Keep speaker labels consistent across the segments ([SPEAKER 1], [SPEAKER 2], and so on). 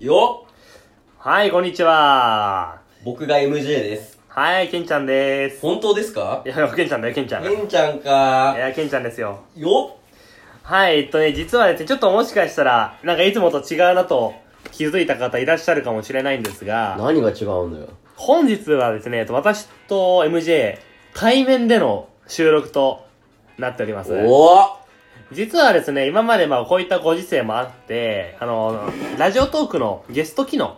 [SPEAKER 1] よっ
[SPEAKER 2] はい、こんにちは。
[SPEAKER 1] 僕が MJ です。
[SPEAKER 2] はい、ケンちゃんです。
[SPEAKER 1] 本当ですか
[SPEAKER 2] いや、ケンちゃんだよ、ケンちゃん。い
[SPEAKER 1] ケンちゃんか
[SPEAKER 2] や、ケンちゃんですよ。
[SPEAKER 1] よ
[SPEAKER 2] はい、えっとね、実はですね、ちょっともしかしたら、なんかいつもと違うなと気づいた方いらっしゃるかもしれないんです
[SPEAKER 1] っ
[SPEAKER 2] が、
[SPEAKER 1] 何が違うんだよ。
[SPEAKER 2] 本日はですね、えっと私と MJ、対面での収録となっております。
[SPEAKER 1] お
[SPEAKER 2] 実はですね、今までまあこういったご時世もあって、あの、ラジオトークのゲスト機能、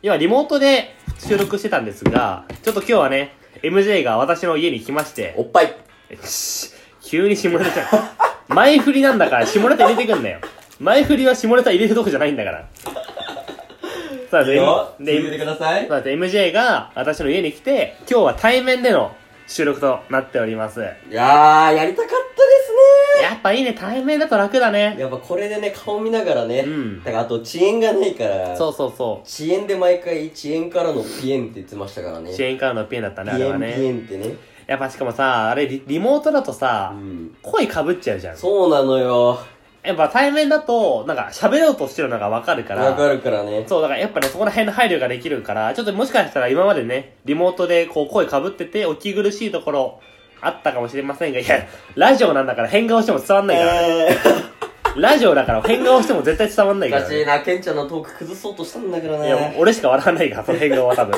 [SPEAKER 2] 要はリモートで収録してたんですが、ちょっと今日はね、MJ が私の家に来まして、
[SPEAKER 1] おっぱい
[SPEAKER 2] 急に下ネタじゃん。前振りなんだから下ネタ入れてくんだよ。前振りは下ネタ入れるとこじゃないんだから。さあ、
[SPEAKER 1] いい
[SPEAKER 2] で
[SPEAKER 1] よ、
[SPEAKER 2] で
[SPEAKER 1] 続けてください。
[SPEAKER 2] そうだって MJ が私の家に来て、今日は対面での収録となっております。や
[SPEAKER 1] いやー、やりたかったで
[SPEAKER 2] っぱいいね、対面だと楽だ
[SPEAKER 1] すね
[SPEAKER 2] ね。
[SPEAKER 1] やっぱこれでね、顔見ながらね、
[SPEAKER 2] うん
[SPEAKER 1] だからあと遅延がないから、
[SPEAKER 2] そうそうそう。
[SPEAKER 1] 遅延で毎回遅延からのピエンって言ってましたからね。
[SPEAKER 2] 支援カードのピエンだったね、あ
[SPEAKER 1] ピ
[SPEAKER 2] れ
[SPEAKER 1] エ
[SPEAKER 2] は
[SPEAKER 1] ン、ピエ
[SPEAKER 2] ね。
[SPEAKER 1] ンってね。
[SPEAKER 2] やっぱしかもさ、あれリリモートだと
[SPEAKER 1] う
[SPEAKER 2] さ、
[SPEAKER 1] ん。
[SPEAKER 2] 声かぶっちゃうじゃん。
[SPEAKER 1] そうなのよ。
[SPEAKER 2] やっぱ対面だと、なんか喋ろうとしてるのがわかるから。
[SPEAKER 1] わかるからね。
[SPEAKER 2] そう、だからやっぱね、そこら辺の配慮ができるから、ちょっともしかしたら今までね、リモートでこう声かぶってて、お聞き苦しいところ、あったかもしれませんが、いや、ラジオなんだから変顔しても伝わんないから、
[SPEAKER 1] えー
[SPEAKER 2] ラジオだから変顔しても絶対伝わんない
[SPEAKER 1] お
[SPEAKER 2] か、
[SPEAKER 1] からしいな、ケンちゃんのトーク崩そうとしたんだから
[SPEAKER 2] いや、
[SPEAKER 1] ね。
[SPEAKER 2] 俺しか笑わないから、その変顔 は多分。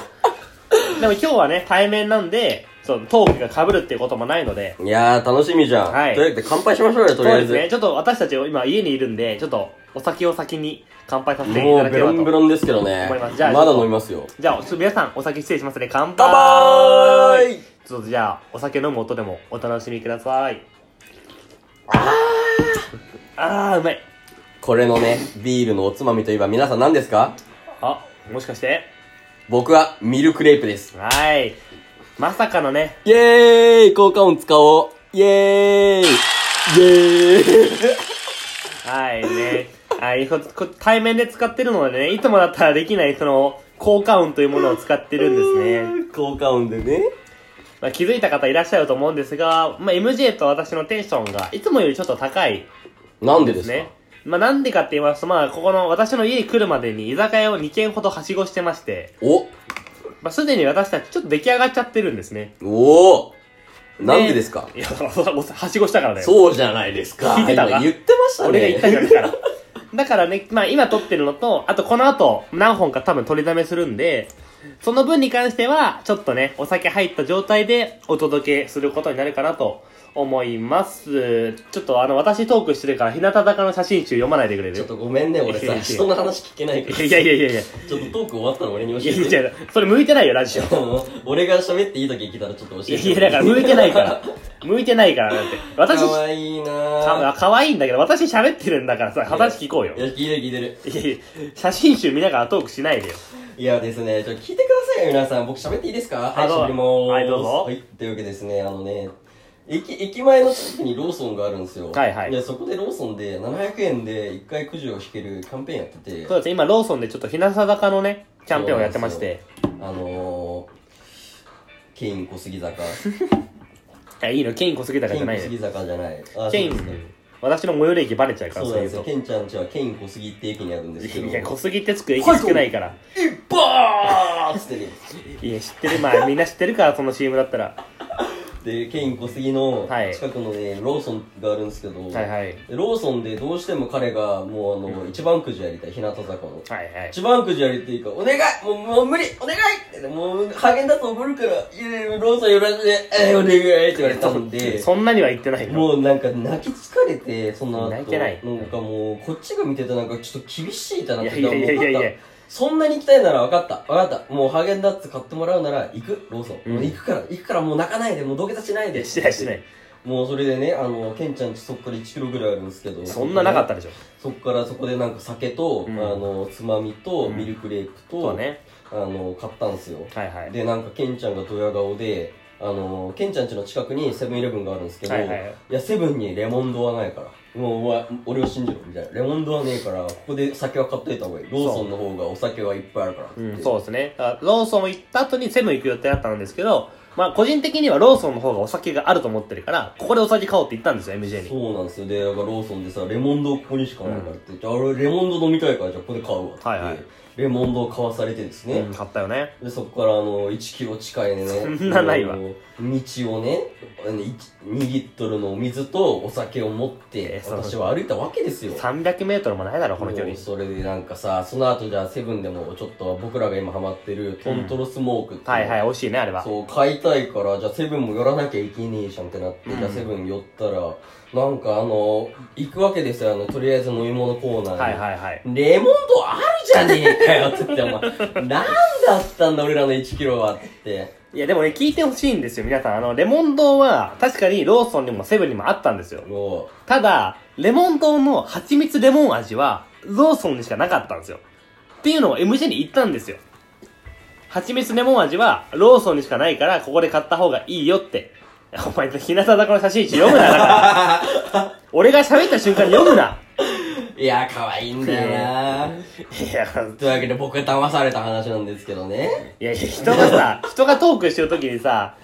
[SPEAKER 2] でも今日はね、対面なんで、そう、トークが被るっていうこともないので、
[SPEAKER 1] いやー、楽しみじゃん。
[SPEAKER 2] はい
[SPEAKER 1] とりあえず乾杯しましょうよ、とり
[SPEAKER 2] そ
[SPEAKER 1] あ
[SPEAKER 2] う
[SPEAKER 1] え
[SPEAKER 2] です
[SPEAKER 1] ず。
[SPEAKER 2] ね、ちょっと私たち今家にいるんで、ちょっとお酒を先に乾杯させてい
[SPEAKER 1] も
[SPEAKER 2] た
[SPEAKER 1] う
[SPEAKER 2] だけ
[SPEAKER 1] ベ
[SPEAKER 2] れば
[SPEAKER 1] ロンベ
[SPEAKER 2] と。
[SPEAKER 1] ロンですけどね。
[SPEAKER 2] 思いますじゃあ
[SPEAKER 1] まだ飲みますよ。
[SPEAKER 2] じゃあ、ちょっと皆さんお酒失礼しますね。乾杯
[SPEAKER 1] 乾杯
[SPEAKER 2] ちょっとじゃあ、お酒飲む音でもお楽しみください。あーあー、うまい。
[SPEAKER 1] これのね、ビールのおつまみといえば皆さん何ですか
[SPEAKER 2] あ、もしかして
[SPEAKER 1] 僕はミルクレープです。
[SPEAKER 2] はーい。まさかのね、
[SPEAKER 1] イェーイ効果音使おうイェーイイェーイ
[SPEAKER 2] はいね。はい、ここ対面で使ってるのでね、いつもだったらできない、その、効果音というものを使ってるんですね。
[SPEAKER 1] 効果音でね。
[SPEAKER 2] まあ、気づいた方いらっしゃると思うんですが、まあ、MJ と私のテンションがいつもよりちょっと高い
[SPEAKER 1] なんでで
[SPEAKER 2] ですす
[SPEAKER 1] か、
[SPEAKER 2] ね。まあ、なんでかって言いますと、まあ、ここの私の家に来るまでに居酒屋を2軒ほどはしごしてまして、
[SPEAKER 1] お
[SPEAKER 2] まあ、すでに私たちちょっと出来上がっちゃってるんですね。
[SPEAKER 1] おーなんでですか
[SPEAKER 2] いや、おはしごしたからだよ。
[SPEAKER 1] そうじゃないですか。
[SPEAKER 2] 聞いてたか
[SPEAKER 1] 今言ってましたね。
[SPEAKER 2] 俺が言ったじゃんだから。 だからね、まあ今撮ってるのと、あとこの後何本か多分取りだめするんで、その分に関しては、ちょっとね、お酒入った状態でお届けすることになるかなと思います。ちょっとあの、私トークしてるから、日向坂の写真集読まないでくれる
[SPEAKER 1] ちょっとごめんね、俺
[SPEAKER 2] いやい
[SPEAKER 1] さ、
[SPEAKER 2] や
[SPEAKER 1] 人の話聞けないから。
[SPEAKER 2] いやいやいやいや。
[SPEAKER 1] ちょっとトーク終わったら俺に
[SPEAKER 2] い
[SPEAKER 1] 教
[SPEAKER 2] や
[SPEAKER 1] え
[SPEAKER 2] い
[SPEAKER 1] て。
[SPEAKER 2] やいや、それ向いてないよ、ラジオ。い
[SPEAKER 1] 俺が喋っていい時来たらちょっと教え
[SPEAKER 2] や
[SPEAKER 1] て。
[SPEAKER 2] いや、だから向いてないから。向いてないから、だって。私、
[SPEAKER 1] か
[SPEAKER 2] か
[SPEAKER 1] わいいなぁ。
[SPEAKER 2] 可愛いんだけど、私喋ってるんだからさ、話聞こうよ
[SPEAKER 1] い。や、聞いてる聞いてる。
[SPEAKER 2] いやいや、写真集見ながらトークしないでよ。
[SPEAKER 1] いやですね、ちょっと聞いてくださいよ、皆さん。僕喋っていいですかはい、
[SPEAKER 2] どうぞ
[SPEAKER 1] 喋りまーす。
[SPEAKER 2] はいどうぞ
[SPEAKER 1] はい、というわけですね、あのね、駅、駅前の近くにローソンがあるんですよ。
[SPEAKER 2] はいはい
[SPEAKER 1] で、そこでローソンで700円で1回くじを引けるキャンペーンやってて、
[SPEAKER 2] そうですね、今ローソンでちょっと日向坂のね、キャンペーンをやってまして。
[SPEAKER 1] あのー、ケイン小杉坂。
[SPEAKER 2] いや、いいの、ケイン小杉
[SPEAKER 1] ケ
[SPEAKER 2] 高
[SPEAKER 1] イ
[SPEAKER 2] じゃ
[SPEAKER 1] ン
[SPEAKER 2] な
[SPEAKER 1] 小
[SPEAKER 2] い
[SPEAKER 1] 杉
[SPEAKER 2] で。
[SPEAKER 1] 坂じゃない。あ
[SPEAKER 2] ケイ
[SPEAKER 1] そうですね
[SPEAKER 2] ン、私の最寄り駅バレちゃうから、
[SPEAKER 1] そう
[SPEAKER 2] そ
[SPEAKER 1] な
[SPEAKER 2] うん
[SPEAKER 1] で
[SPEAKER 2] いう
[SPEAKER 1] すよ。
[SPEAKER 2] と。
[SPEAKER 1] ケンちゃんちはケイン小杉って駅にあるんですけど。
[SPEAKER 2] いや、小杉ってつく駅少ないから。
[SPEAKER 1] いっばーっつってね。
[SPEAKER 2] いや、知ってる、 まあみんな知ってるから、その CM だったら。
[SPEAKER 1] で、ケイン小杉の
[SPEAKER 2] はい
[SPEAKER 1] 近くのね、ローソンがあるんですけど、
[SPEAKER 2] はいはい。
[SPEAKER 1] でローソンでどうしても彼がもうあの、一番くじやりたい日向坂の
[SPEAKER 2] はいはい。
[SPEAKER 1] 一番くじやりたいからお願いもうもう無理お願いってもうハーゲンダッツ怒るからいやいやローソンよろしくねえーお願いって言われたんで
[SPEAKER 2] そんなには言ってないの。
[SPEAKER 1] もうなんか泣き疲れてその後
[SPEAKER 2] 泣いてない
[SPEAKER 1] んかもうこっちが見てたなんかちょっと厳しいってなってた
[SPEAKER 2] いやいやいやい
[SPEAKER 1] もう
[SPEAKER 2] やいや
[SPEAKER 1] 分かったそんなに行きたいなら分かった分かったもうハーゲンダッツ買ってもらうなら行くローソン、
[SPEAKER 2] うん
[SPEAKER 1] もう行くから行くからもう泣かないでもう土下座しない
[SPEAKER 2] い
[SPEAKER 1] で
[SPEAKER 2] や、してないしてない。
[SPEAKER 1] もうそれでねあのケンちゃんちそっから1キロぐらいあるんですけど
[SPEAKER 2] そんななかったでしょ。
[SPEAKER 1] そっからそこでなんか酒と、
[SPEAKER 2] うん
[SPEAKER 1] あのつまみと
[SPEAKER 2] うん
[SPEAKER 1] ミルクレープと、
[SPEAKER 2] そうね。
[SPEAKER 1] あの買ったんすよ
[SPEAKER 2] はいはい。
[SPEAKER 1] でなんかケンちゃんがドヤ顔であのケンちゃん家の近くにセブンイレブンがあるんですけど、
[SPEAKER 2] はい
[SPEAKER 1] い
[SPEAKER 2] はい
[SPEAKER 1] やセブンにレモンドはないからもううわ俺を信じろみたいなレモンドはねえからここで酒は買っといた方がいいローソンの方がお酒はいっぱいあるから
[SPEAKER 2] う
[SPEAKER 1] って
[SPEAKER 2] ん、そうですね。だからローソン行った後にセブン行く予定だったんですけど、まあ、個人的にはローソンの方がお酒があると思ってるから、ここでお酒買おうって言ったんですよ、MJ に。
[SPEAKER 1] そうなんですよ。で、なんかローソンでさ、レモンドここにしかないからって、じゃあ俺レモンド飲みたいから、じゃあここで買うわって、
[SPEAKER 2] はいはい
[SPEAKER 1] レモンドを買わされてですね。
[SPEAKER 2] うん、買ったよね。
[SPEAKER 1] で、そこからあの、1キロ近いね、そ
[SPEAKER 2] んなないわ
[SPEAKER 1] 道をね、あのいち2リットルのお水とお酒を持って
[SPEAKER 2] え、そう
[SPEAKER 1] 私は歩いたわけですよ。
[SPEAKER 2] 300メートルもないだろ、この距
[SPEAKER 1] も
[SPEAKER 2] 離
[SPEAKER 1] う。それでなんかさ、その後じゃあセブンでもちょっと僕らが今ハマってるトントロスモークっていうの
[SPEAKER 2] はいはい、美味しいね、あれは。
[SPEAKER 1] そう、買いたいから、じゃあセブンも寄らなきゃいけねえじゃんってなって、
[SPEAKER 2] うん
[SPEAKER 1] じゃあセブン寄ったら、なんかあの、行くわけですよ、あの、とりあえず飲み物コーナーに。
[SPEAKER 2] はいはいはい。
[SPEAKER 1] レモンドあるじゃねえかよって言って、お前、なんだったんだ俺らの1キロはってって。
[SPEAKER 2] いや、でもね、聞いてほしいんですよ、皆さん。あの、レモン丼は、確かにローソンにもセブンにもあったんですよ。
[SPEAKER 1] も
[SPEAKER 2] ただ、レモン丼の蜂蜜レモン味は、ローソンにしかなかったんですよ。っていうのを MJ に言ったんですよ。蜂蜜レモン味は、ローソンにしかないから、ここで買った方がいいよって。お前、日向坂の写真集読むな、だ から。俺が喋った瞬間に読むな。
[SPEAKER 1] う、いや、可愛いんだよな
[SPEAKER 2] いや、
[SPEAKER 1] というわけで僕騙された話なんですけどね。
[SPEAKER 2] いやいや、人が さ、人がトークしてる時にさ、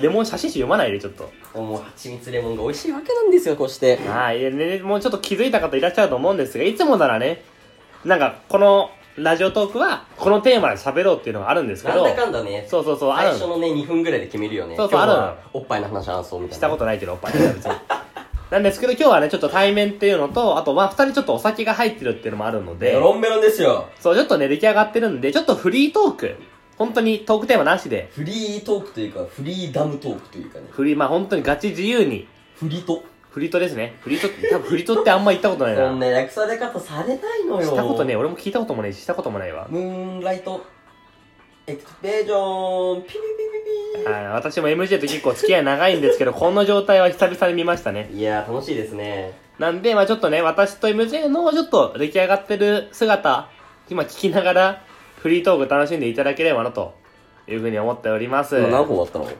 [SPEAKER 2] レモン写真集読まないで、ちょっと。
[SPEAKER 1] もう、蜂蜜レモンが美味しいわけなんですよ、こうして。
[SPEAKER 2] はい、いやね、もうちょっと気づいた方いらっしゃると思うんですが、いつもならね、なんか、この、ラジオトークは、このテーマで喋ろうっていうのがあるんですけ
[SPEAKER 1] なん
[SPEAKER 2] ど、
[SPEAKER 1] だかんだね、
[SPEAKER 2] そうそうそう、あ
[SPEAKER 1] 最
[SPEAKER 2] る
[SPEAKER 1] 初のね、2分ぐらいで決めるよね。
[SPEAKER 2] そうそう
[SPEAKER 1] 今日は
[SPEAKER 2] ある
[SPEAKER 1] おっぱいの話はそうみたいな。
[SPEAKER 2] したことないけど、おっぱいは別に。 なんですけど、今日はね、ちょっと対面っていうのと、あと、まあ、二人ちょっとお酒が入ってるっていうのもあるので
[SPEAKER 1] メ、ロンメロンですよ。
[SPEAKER 2] そう、ちょっとね、出来上がってるんで、ちょっとフリートーク、本当にトークテーマなしで、
[SPEAKER 1] フリートークというか、フリーダムトークというかね。
[SPEAKER 2] フリー、まあ、本当にガチ自由に、
[SPEAKER 1] フリと。
[SPEAKER 2] フリートですね。フリートって、多分フリートってあんま行ったことない
[SPEAKER 1] そん
[SPEAKER 2] な。
[SPEAKER 1] な訳され方されないのよ。
[SPEAKER 2] したことね、。俺も聞いたこともないし、したこともないわ。
[SPEAKER 1] ムーンライト、エクスページョン、ピピピピ
[SPEAKER 2] はい、私も MJ と結構付き合い長いんですけど、この状態は久々に見ましたね。
[SPEAKER 1] ピ。いやー、楽しいですね。
[SPEAKER 2] なんで、まあちょっとね、私と MJ のちょっと出来上がってる姿、今聞きながら、フリートーク楽しんでいただければな、というふうに思っております。
[SPEAKER 1] 本あったの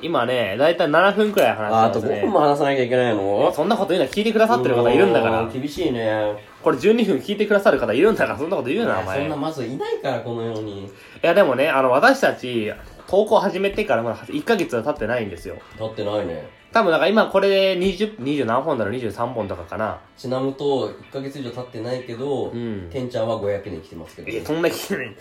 [SPEAKER 2] 今ね、だいたい7分くらい
[SPEAKER 1] あ、あ
[SPEAKER 2] 話して
[SPEAKER 1] と
[SPEAKER 2] ます
[SPEAKER 1] 5
[SPEAKER 2] ね
[SPEAKER 1] 分。も話さなきゃいけないの
[SPEAKER 2] そんなこと言うのは聞いてくださってる方いるんだか
[SPEAKER 1] うー
[SPEAKER 2] ら。
[SPEAKER 1] 厳しいね。
[SPEAKER 2] これ12分聞いてくださる方いるんだから、そんなこと言うな、お
[SPEAKER 1] そ
[SPEAKER 2] 前。
[SPEAKER 1] んないまずいないから、この世に。
[SPEAKER 2] や、でもね、あの、私たち、投稿始めてからまだ1ヶ月は経ってないんですよ。
[SPEAKER 1] 立ってないね。
[SPEAKER 2] 多分、だから今これで20、20何本だろう、23本とかかな。
[SPEAKER 1] ちなむと、1ヶ月以上経ってないけど、
[SPEAKER 2] うん
[SPEAKER 1] てんちゃんは500年来てますけど
[SPEAKER 2] い
[SPEAKER 1] ね、
[SPEAKER 2] や、そんな記念、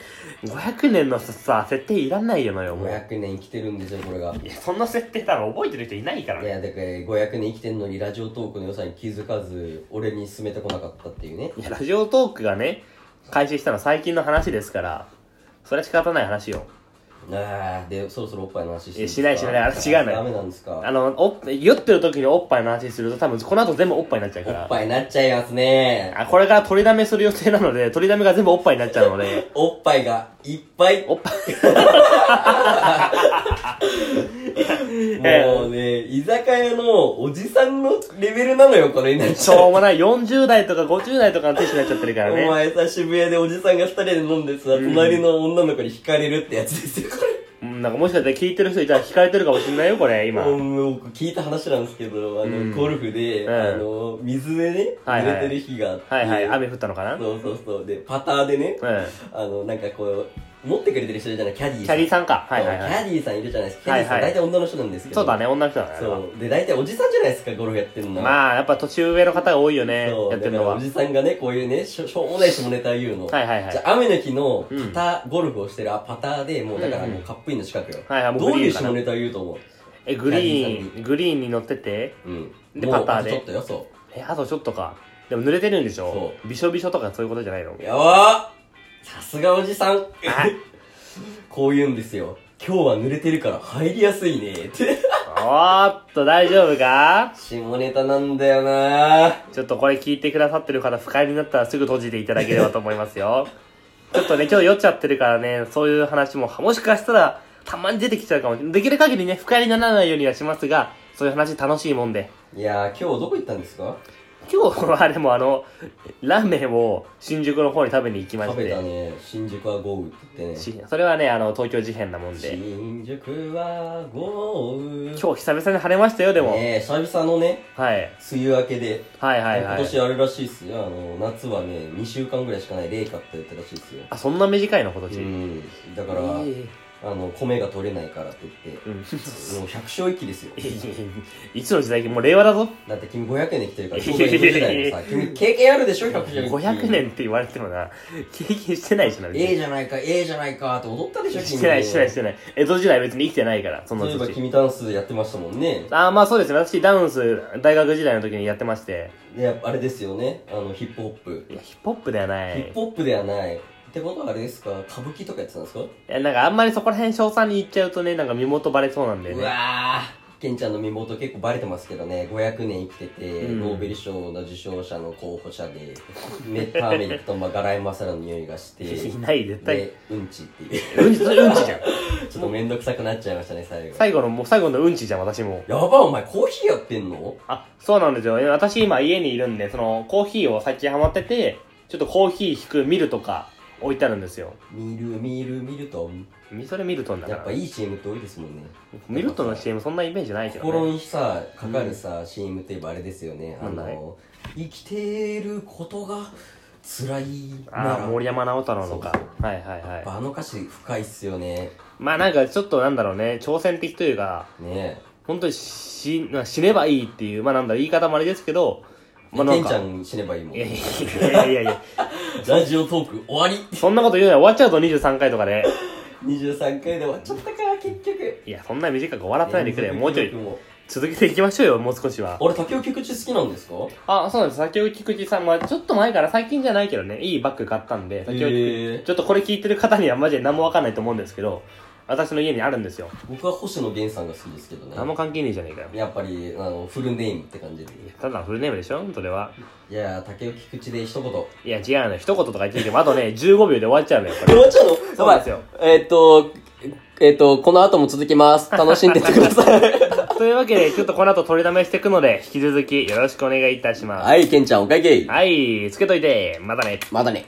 [SPEAKER 2] 500年のさ、設定いらないよなよ、もう。い
[SPEAKER 1] 500年生きてるんですよ、これが。
[SPEAKER 2] や、そんな設定多分覚えてる人いないから
[SPEAKER 1] い
[SPEAKER 2] ね。
[SPEAKER 1] や、だから500年生きてんのにラジオトークの良さに気づかず、俺に勧めてこなかったっていうね。
[SPEAKER 2] いや、ラジオトークがね、開始したの最近の話ですから、それは仕方ない話よ。
[SPEAKER 1] ああ、で、そろそろおっぱいの話していですか
[SPEAKER 2] いやしないしないあれ違うのよ
[SPEAKER 1] ダメなんですか
[SPEAKER 2] あの、おっ、酔ってる時におっぱいの話すると多分この後全部おっぱいになっちゃうか
[SPEAKER 1] おっ
[SPEAKER 2] ら。
[SPEAKER 1] ぱいになっちゃいますね。
[SPEAKER 2] あ、これから取りだめする予定なので、取りだめが全部おっぱいになっちゃうので、
[SPEAKER 1] おっぱいがいっぱい。
[SPEAKER 2] おっぱい。や
[SPEAKER 1] もうね、居酒屋のおじさんのレベルなのよ、これになっち
[SPEAKER 2] し
[SPEAKER 1] ゃう。
[SPEAKER 2] ょうもない、40代とか50代とかの手になっちゃってるから
[SPEAKER 1] お
[SPEAKER 2] ね。
[SPEAKER 1] 前さ、渋谷でおじさんが二人で飲んでさ、隣の女の子に惹かれるってやつですよ、これ。
[SPEAKER 2] うん、なんかもしかしたら聞いてる人いたら聞かれてるかもしんないよ、これ、今。
[SPEAKER 1] もうもう聞いた話なんですけど、あの、
[SPEAKER 2] うん
[SPEAKER 1] ゴルフで、
[SPEAKER 2] うん
[SPEAKER 1] あの、水でね、
[SPEAKER 2] はい
[SPEAKER 1] 濡
[SPEAKER 2] はい
[SPEAKER 1] れてる日があって、
[SPEAKER 2] はいはい、雨降ったのかなうん。
[SPEAKER 1] そうそうそう。で、パターでね、あの、なんかこう、持ってくれてる人いるじゃない、キャディー
[SPEAKER 2] キ
[SPEAKER 1] さ
[SPEAKER 2] ャ
[SPEAKER 1] ん。
[SPEAKER 2] リーさんか。はいはい
[SPEAKER 1] キ
[SPEAKER 2] はい。
[SPEAKER 1] ャディーさんいるじゃないですか。キャディーさん、
[SPEAKER 2] はいはい
[SPEAKER 1] 大体女の人なんですけど。
[SPEAKER 2] そうだね、女の人だねあれは。
[SPEAKER 1] そう。で、大体おじさんじゃないですか、ゴルフやってるのは。
[SPEAKER 2] まあ、やっぱ年上の方が多いよね
[SPEAKER 1] そ、う
[SPEAKER 2] やってるの
[SPEAKER 1] だからお
[SPEAKER 2] は。
[SPEAKER 1] じさんがね、こういうね、しょしょうもない下ネタ言うの。
[SPEAKER 2] はいはいはい
[SPEAKER 1] じゃあ、雨の日の
[SPEAKER 2] うん
[SPEAKER 1] パター、ゴルフをしてるあパターで、もうだからもうカップインの近くよ。
[SPEAKER 2] はいはいもう
[SPEAKER 1] どう
[SPEAKER 2] グリ
[SPEAKER 1] いう
[SPEAKER 2] ーンかな
[SPEAKER 1] 下ネタ言うと思う
[SPEAKER 2] え、グリ
[SPEAKER 1] キャディーさ
[SPEAKER 2] ーン、グリーンに乗ってて、
[SPEAKER 1] うん。
[SPEAKER 2] で
[SPEAKER 1] もう
[SPEAKER 2] パターで
[SPEAKER 1] あとちょっとよ、そ
[SPEAKER 2] え、あとちょっとか。でも濡れてるんでしょびしょびしょとかそういうことじゃないの
[SPEAKER 1] う。やばーさすがおじさん。 こう言うんですよ。今日は濡れてるから入りやすいねって。
[SPEAKER 2] あおーっと、大丈夫か
[SPEAKER 1] 下ネタなんだよなー
[SPEAKER 2] ちょっとこれ聞いてくださってる方、不快になったらすぐ閉じていただければと思いますよ。ちょっとね、今日酔っちゃってるからね、そういう話も、もしかしたら、たまに出てきちゃうかもしれない。できる限りね、不快にならないようにはしますが、そういう話楽しいもんで。
[SPEAKER 1] いやー、今日どこ行ったんですか
[SPEAKER 2] 今日はでもあの、ラーメンを新宿の方に食べに行きまし
[SPEAKER 1] 食べた
[SPEAKER 2] て、
[SPEAKER 1] ね、新宿は豪雨って言ってね。
[SPEAKER 2] しそれはね、あの、東京事変なもんで、
[SPEAKER 1] 新宿は豪雨。
[SPEAKER 2] 今日久々に晴れましたよ、でも。
[SPEAKER 1] ねえ、久々のね、
[SPEAKER 2] はい。
[SPEAKER 1] 梅雨明けで。
[SPEAKER 2] はいはいは
[SPEAKER 1] 今年
[SPEAKER 2] い。
[SPEAKER 1] あれらしいっすよ。あの、夏はね、2週間ぐらいしかない冷夏ってやったらしいっすよ。
[SPEAKER 2] あ、そんな短いの今
[SPEAKER 1] う
[SPEAKER 2] 年。
[SPEAKER 1] ん。だから、
[SPEAKER 2] いい
[SPEAKER 1] あの米が取れないからって言って、
[SPEAKER 2] うん
[SPEAKER 1] もう百勝一揆ですよ
[SPEAKER 2] いやいやいや いつの時代もう令和だぞ
[SPEAKER 1] だって君500円で来てる から
[SPEAKER 2] い
[SPEAKER 1] ちょ
[SPEAKER 2] や
[SPEAKER 1] う
[SPEAKER 2] い
[SPEAKER 1] ど江戸
[SPEAKER 2] や
[SPEAKER 1] 時代
[SPEAKER 2] い
[SPEAKER 1] の
[SPEAKER 2] や
[SPEAKER 1] さ君経験あるでしょ百勝一揆
[SPEAKER 2] 500年って言われてもな経験してないじゃん別
[SPEAKER 1] ええ
[SPEAKER 2] に
[SPEAKER 1] じゃないかええじゃないかって踊ったでしょ君
[SPEAKER 2] してないしてないしてない江戸時代別に生きてないからその
[SPEAKER 1] 例えば
[SPEAKER 2] 時
[SPEAKER 1] 君ダンスやってましたもんね
[SPEAKER 2] ああまあそうですね私ダウンス大学時代の時にやってまして
[SPEAKER 1] であれですよねあのヒップホップ
[SPEAKER 2] いやヒップホップではな
[SPEAKER 1] ヒ
[SPEAKER 2] い
[SPEAKER 1] ップホップではないってことはあれですか歌舞伎とかやってたんですか
[SPEAKER 2] いやなんかあんまりそこら辺詳細に言っちゃうとねなんか身元バレそうなんで
[SPEAKER 1] う
[SPEAKER 2] ね
[SPEAKER 1] わーケンちゃんの身元結構バレてますけどね500年生きてて、
[SPEAKER 2] うん
[SPEAKER 1] ノーベル賞の受賞者の候補者でメターメリックとまあガライマサラの匂いがして
[SPEAKER 2] いない絶対
[SPEAKER 1] でうんちって いう
[SPEAKER 2] うんちうんちじゃん
[SPEAKER 1] ちょっと面倒くさくなっちゃいましたね最後
[SPEAKER 2] 最後のもう最後のうんちじゃん私も
[SPEAKER 1] やばお前コーヒーやってんの
[SPEAKER 2] あそうなんですよ私今家にいるんでそのコーヒーを最近ハマっててちょっとコーヒー引くミルとか置いてあるんですよ
[SPEAKER 1] 見る見る見ると
[SPEAKER 2] みそれミルトンだか
[SPEAKER 1] や
[SPEAKER 2] ら
[SPEAKER 1] っぱいい CM って多いですもんね
[SPEAKER 2] ミルトンの CM そんなイメージないけど、
[SPEAKER 1] 心
[SPEAKER 2] ね、
[SPEAKER 1] にさかかるさ、CM といえばあれですよねあ
[SPEAKER 2] なんだい
[SPEAKER 1] の生きてることが辛いな
[SPEAKER 2] あ
[SPEAKER 1] ら
[SPEAKER 2] あ森山直太朗のか
[SPEAKER 1] そう
[SPEAKER 2] はいはいは
[SPEAKER 1] やっぱ
[SPEAKER 2] い
[SPEAKER 1] あの歌詞深いっすよね
[SPEAKER 2] まあなんかちょっとなんだろうね挑戦的というか
[SPEAKER 1] ねえ
[SPEAKER 2] 本当に死まあ死ねばいいっていうまあなんだろう言い方もあれですけどまあな
[SPEAKER 1] ケ
[SPEAKER 2] ん
[SPEAKER 1] ン
[SPEAKER 2] か
[SPEAKER 1] ちゃん死ねばいいもん
[SPEAKER 2] いやいやいやいや
[SPEAKER 1] ラジオトーク終わり
[SPEAKER 2] そんなこと言うなら終わっちゃうと23回とかで、
[SPEAKER 1] 23回で終わっちゃったから結局
[SPEAKER 2] いやそんな短く終わらせないでくれよもうちょい
[SPEAKER 1] 連続記録も
[SPEAKER 2] 続けていきましょうよもう少しは
[SPEAKER 1] あれ竹尾菊池好きなんですか
[SPEAKER 2] あ、そうなんです。先ほど菊池さん、まあちょっと前から最近じゃないけどね、いいバッグ買ったんで、先ほど菊池
[SPEAKER 1] えー
[SPEAKER 2] ちょっとこれ聞いてる方にはマジで何もわかんないと思うんですけど、私の家にあるんですよ。
[SPEAKER 1] 僕は星野源さんが好きですけどね
[SPEAKER 2] 何も関係ねえじゃねえかよ。
[SPEAKER 1] やっぱりあのフルネームって感じで
[SPEAKER 2] ただのフルネームでしょそれは。
[SPEAKER 1] いやー竹尾菊池で一言
[SPEAKER 2] いや、違うの。一言とか言ってても、あとね、15秒で 終わっちゃうのよ、これ。
[SPEAKER 1] っちゃうの
[SPEAKER 2] そうなんですよ
[SPEAKER 1] えーっとえーっとこの後も続きます楽しんでってくださ い
[SPEAKER 2] というわけで、ちょっとこの後取りだめしていくので、引き続きよろしくお願いいたします。
[SPEAKER 1] はいケンちゃんお会計
[SPEAKER 2] はい、つけといて、またね。
[SPEAKER 1] まだね